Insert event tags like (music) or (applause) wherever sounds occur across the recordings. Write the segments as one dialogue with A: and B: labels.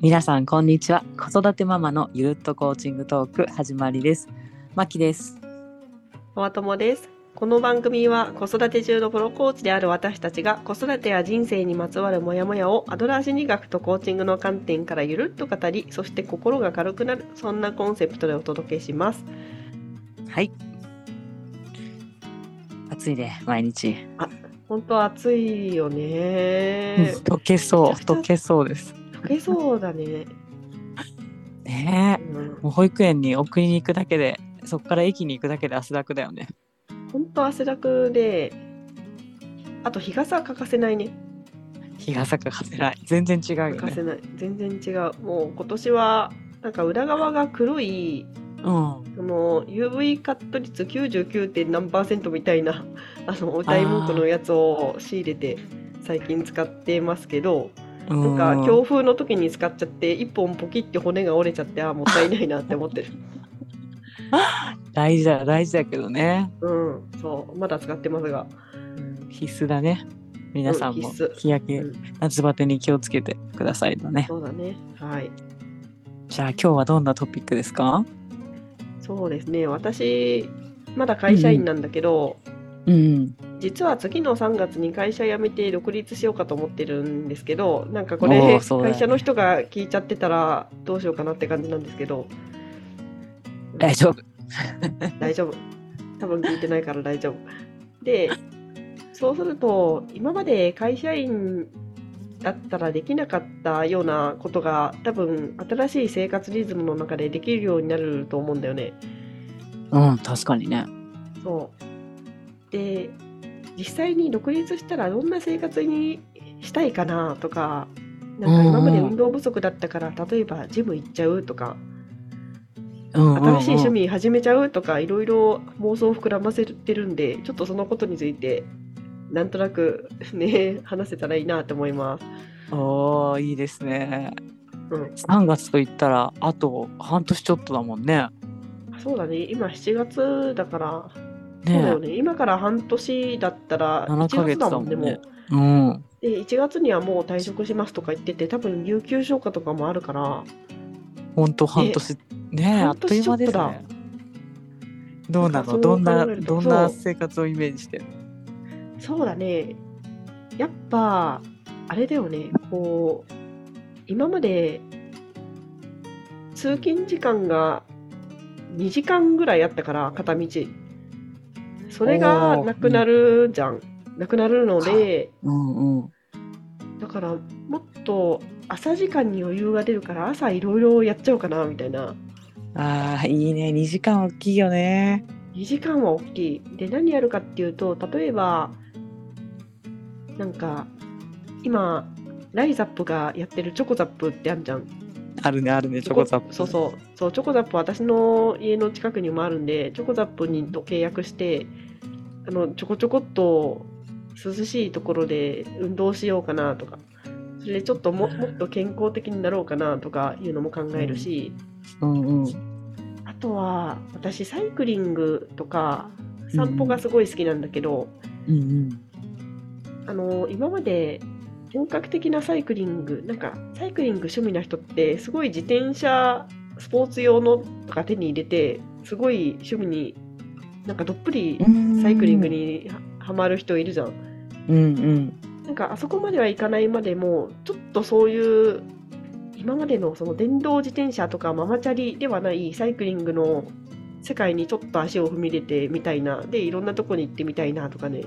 A: 皆さんこんにちは子育てママのゆるっとコーチングトーク始まりですまきです
B: ママ友です。この番組は子育て中のプロコーチである私たちが子育てや人生にまつわるモヤモヤをアドラー心理学とコーチングの観点からゆるっと語り、そして心が軽くなる、そんなコンセプトでお届けします。
A: はい暑いね毎日、
B: 本当暑いよね。
A: 溶けそう
B: めちゃくちゃ
A: 溶けそうです
B: 溶けそうだね。
A: ねえ
B: うん
A: もう保育園に送りに行くだけでそこから駅に行くだけで汗だくだよね
B: 本当汗だくで、あと日傘は欠かせないね。
A: 日傘がかせない全然違うよ
B: 欠か
A: ね
B: せない。全然違う。もう今年は、なんか裏側が黒い
A: うん
B: その UV カット率 99. 点何パーセントみたいなあの歌い文句のやつを仕入れて最近使ってますけどなんか強風の時に使っちゃって一本ポキって骨が折れちゃってあーもったいないなって思ってる
A: 大事だ大事だけどね、
B: うんそうまだ使ってますが
A: 必須だね皆さんも
B: うん必須
A: 日焼け、
B: うん
A: 夏バテに気をつけてくださいだね
B: そうだねはい
A: じゃあ今日はどんなトピックですか
B: そうですね私まだ会社員なんだけど、
A: うん
B: 実は次の3月に会社辞めて独立しようかと思ってるんですけどなんかこ
A: お
B: れ、
A: ーそうだよね
B: 会社の人が聞いちゃってたらどうしようかなって感じなんですけど
A: 大丈夫
B: 大丈夫多分聞いてないから大丈夫でそうすると今まで会社員だったらできなかったようなことが多分新しい生活リズムの中でできるようになると思うんだよね。
A: うん確かにね
B: そうで実際に独立したらどんな生活にしたいかなとかなんか今まで運動不足だったから例えばジム行っちゃうとか
A: うんうんうん
B: 新しい趣味始めちゃうとかいろいろ妄想を膨らませてるんでちょっとそのことについてなんとなくね話せたらいいなと思います。
A: おーいいですね
B: うん、
A: 3月といったらあと半年ちょっとだもんね
B: そうだね今7月だから、
A: ね
B: そうだよね今から半年だったら
A: 7
B: 1
A: ヶ
B: 月
A: 月だ
B: だ
A: も
B: も
A: ん
B: ん
A: ね
B: ねも
A: う
B: う
A: ん
B: で1月にはもう退職しますとか言ってて多分有給消化とかもあるから
A: ほんと半年ねあっ
B: 半
A: とい
B: 年
A: う
B: ちょ
A: 間
B: っ
A: で
B: と
A: す
B: だ
A: ねどうな
B: なんかそ
A: の
B: う
A: どんな
B: 考える
A: ど
B: と
A: んな
B: そう
A: 生活をイメージしてる
B: そうだねやっぱあれだよねこう今まで通勤時間が2時間ぐらいあったから片道それがなくなるじゃんなくなるので
A: うんうん
B: だからもっと朝時間に余裕が出るから朝いろいろやっちゃおうかなみたいな
A: あーいいね2時間大きいよね
B: 2時間は大きい。で、何やるかっていうと、例えば、なんか、今、ライザップがやってるチョコザップってあるじゃん。
A: あるねあるねチョコザップ
B: そうそう。そう、チョコザップ私の家の近くにもあるんで、チョコザップにと契約して、あの、ちょこちょこっと涼しいところで運動しようかなとか、それでちょっとももっと健康的になろうかなとかいうのも考えるし、
A: うんうん
B: あとは私サイクリングとか散歩がすごい好きなんだけど、
A: うんうん
B: あの今まで本格的なサイクリングなんかサイクリング趣味な人ってすごい自転車スポーツ用のとか手に入れてすごい趣味になんかどっぷりサイクリングにはまる人いるじゃん。
A: うんうん
B: なんかあそこまではいかないまでもちょっとそういう今までのその電動自転車とかママチャリではないサイクリングの世界にちょっと足を踏み入れてみたいなでいろんなとこに行ってみたいなとかね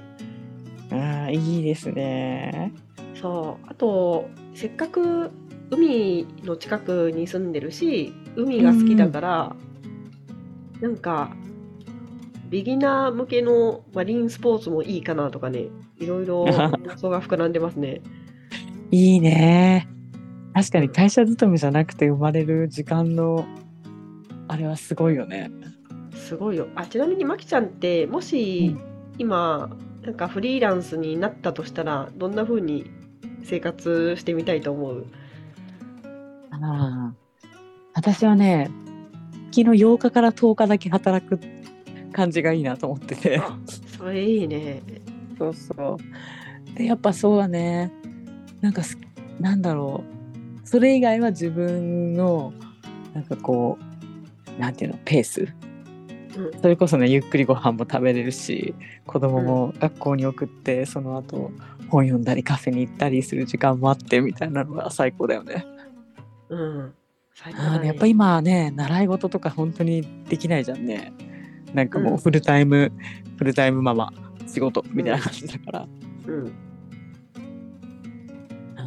A: ああいいですね。
B: そうあとせっかく海の近くに住んでるし海が好きだから、なんかビギナー向けのマリンスポーツもいいかなとかねいろ
A: (laughs)
B: いろ妄想が膨らんでますね。
A: いいね。確かに会社勤めじゃなくて生まれる時間のあれはすごいよね。
B: すごいよあちなみにまきちゃんってもし
A: う
B: 今なんかフリーランスになったとしたらどんな風に生活してみたいと思う
A: ああ私はね昨日8日から10日だけ働く感じがいいなと思ってて。
B: あそれいいね
A: そうそう。でやっぱそうだね。なんかすなんだろう。それ以外は自分のなんかこうなんていうのペース
B: うん
A: それこそねゆっくりご飯も食べれるし子供も学校に送って、その後本読んだりカフェに行ったりする時間もあってみたいなのが最高だよね。
B: うん。最高
A: あ
B: だ
A: ーね
B: ね。
A: やっぱ今はね習い事とか本当にできないじゃんね。なんかも
B: う
A: うんフルタイム、フルタイムママ仕事みたいな感じだから、
B: うん。
A: あ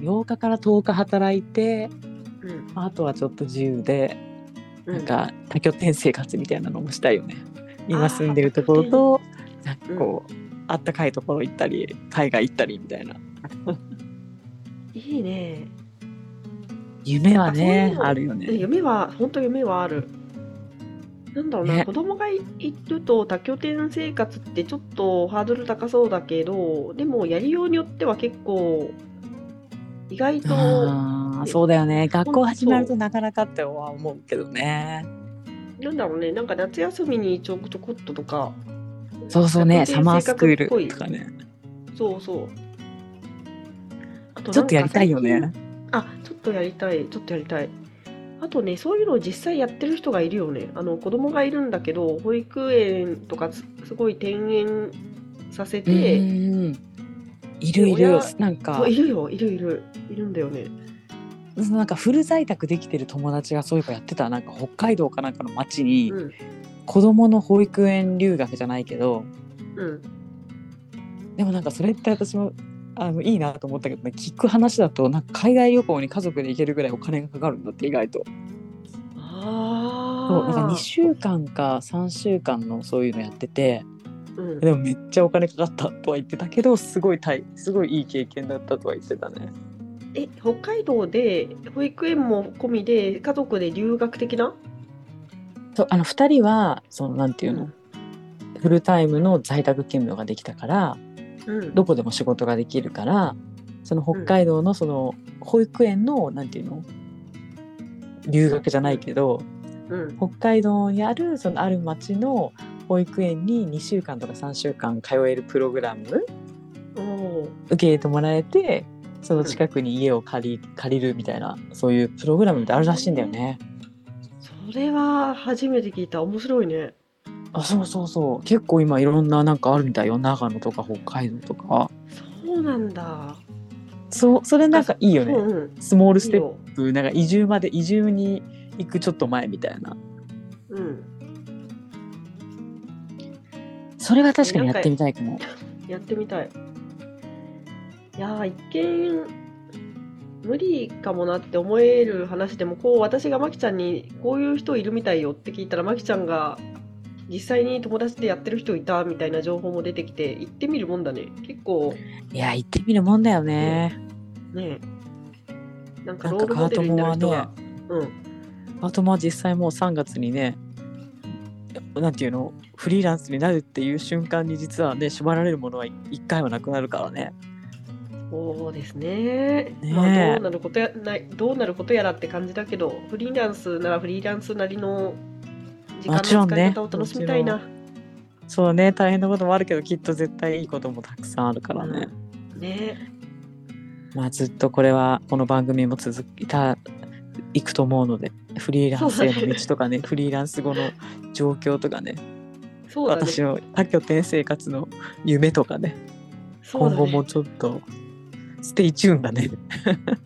A: の8日から10日働いて
B: うん。
A: あとはちょっと自由で
B: う
A: なん、か多拠点生活みたいなのもしたいよね。今住んでるところとなんかこう、あったかいところ行ったり海外行ったりみたいない
B: いね。
A: 夢は
B: あそうい
A: ね
B: うの
A: あるよね。
B: 夢は、本当夢はある。なんだろうな、
A: ね
B: 子供がいいると多拠点生活ってちょっとハードル高そうだけど、でもやりようによっては結構、意外と、
A: あーそうだよね学校始まるとなかなかっては思うけどね。
B: なんだろうね、なんか夏休みにちょちょこっととか、
A: そうそうね、
B: 家
A: サ
B: 庭
A: マ
B: 生
A: ース
B: 活
A: クー
B: っぽい
A: ルとかね、
B: そうそう。あと
A: ちょっとやりたいよ
B: なんか
A: ね。
B: 最近。あ、ちょっとやりたい、ちょっとやりたい。あとね、そういうのを実際やってる人がいるよね。あの子供がいるんだけど、保育園とかすすごい転園させ
A: う
B: て、
A: んうんうんいるいる
B: 親、
A: なんか
B: そう、いるよ、いるいる、いるんだよね。
A: なんかフル在宅できてる友達がそういえばやってた、なんか北海道かなんかの町に
B: う。ん、
A: 子供の保育園留学じゃないけど、
B: うん、
A: でもなんかそれって私も。あのいいなと思ったけどね聞く話だとなんか海外旅行に家族で行けるぐらいお金がかかるんだって意外とそうなんか
B: あ
A: 2週間か3週間のそういうのやってて
B: あ、うん、
A: でもめっちゃお金かかったとは言ってたけどすごいたいすごいいい経験だったとは言ってたね
B: え、北海道で保育園も込みで家族で留学的な？
A: そうあの2人はそのなんていう
B: う
A: の、
B: ん、
A: フルタイムの在宅勤務ができたから
B: うん、
A: どこでも仕事ができるからその北海道のその保育園のなんていうの留学じゃないけど
B: うん、
A: 北海道にあるそのある町の保育園に2週間とか3週間通えるプログラム
B: おおー、
A: 受け入れてもらえてその近くに家を借り借りるみたいなそういうプログラムってあるらしいんだよね。
B: それは初めて聞いた。面白いね。
A: あそうそうそう結構今いろんななんかあるみたいよ長野とか北海道とか
B: そうなんだ。
A: そうそれなんかいいよ
B: そう
A: ね
B: うん。
A: スモール
B: い
A: ス
B: い
A: テッ
B: よ。
A: プなんか移住まで移住に行くちょっと前みたいな
B: うん。
A: それは確かにやってみたいかも
B: やってみたい。いやー、一見、無理かもなって思える話でも、こう、私がまきちゃんに、こういう人いるみたいよって聞いたら、まきちゃんが、実際に友達でやってる人いたみたいな情報も出てきて、行ってみるもんだね。結構、
A: いや行ってみるもんだよね
B: ねなんか
A: な
B: ロ
A: ん
B: ー
A: か
B: ル
A: カ
B: モ
A: ー
B: デ
A: ト
B: ルに
A: モ
B: なる
A: は
B: 人
A: ね
B: が、うん、
A: カートモは実際もう3月にねなんていうのフリーランスになるっていう瞬間に実はね縛られるものは1回はなくなるからね
B: そうですね。
A: ねえ
B: まあどうなることやないどうなることやらって感じだけど、フリーランスならフリーランスなりの時間
A: もちろ
B: の
A: ん
B: 使い
A: ね
B: 方を楽しみたいな。
A: そうね大変なこともあるけどきっと絶対いいこともたくさんあるからね、
B: うんね
A: まあずっとこれはこの番組も続いたいくと思うのでフリーランスへの道とかねフリーランス後の状況とかね
B: そうだね。
A: 私の多拠点生活の夢とかね
B: そう
A: 今
B: だ
A: 後
B: ね
A: もちょっとステイチューンだね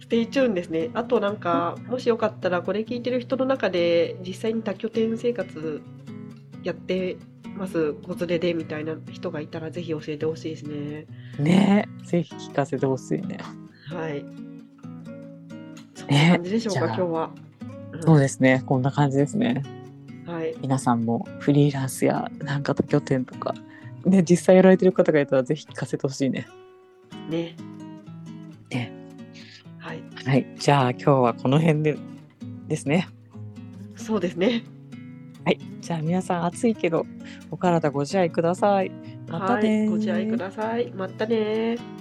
B: ステイチューンですね。あとなんか、もしよかったら、これ聞いてる人の中で、実際に多拠点生活やってます、子連れでみたいな人がいたら、ぜひ教えてほしいですね。
A: ねぜひ聞かせてほしいね、
B: はい。そんな感じでしょうか、
A: じゃ
B: 今
A: あ
B: 日は。ん
A: そうですねこんな感じですね
B: はい。
A: 皆さんもフリーランスやなんか多拠点とかね実際やられてる方がいたらぜひ聞かせてほしいね
B: ね。
A: ね。
B: はい。
A: はい、じゃあ今日はこの辺でですね。
B: そうですね。
A: はい、じゃあ皆さん暑いけどお体ご自愛ください。またね
B: はい。ご自愛ください。またねー。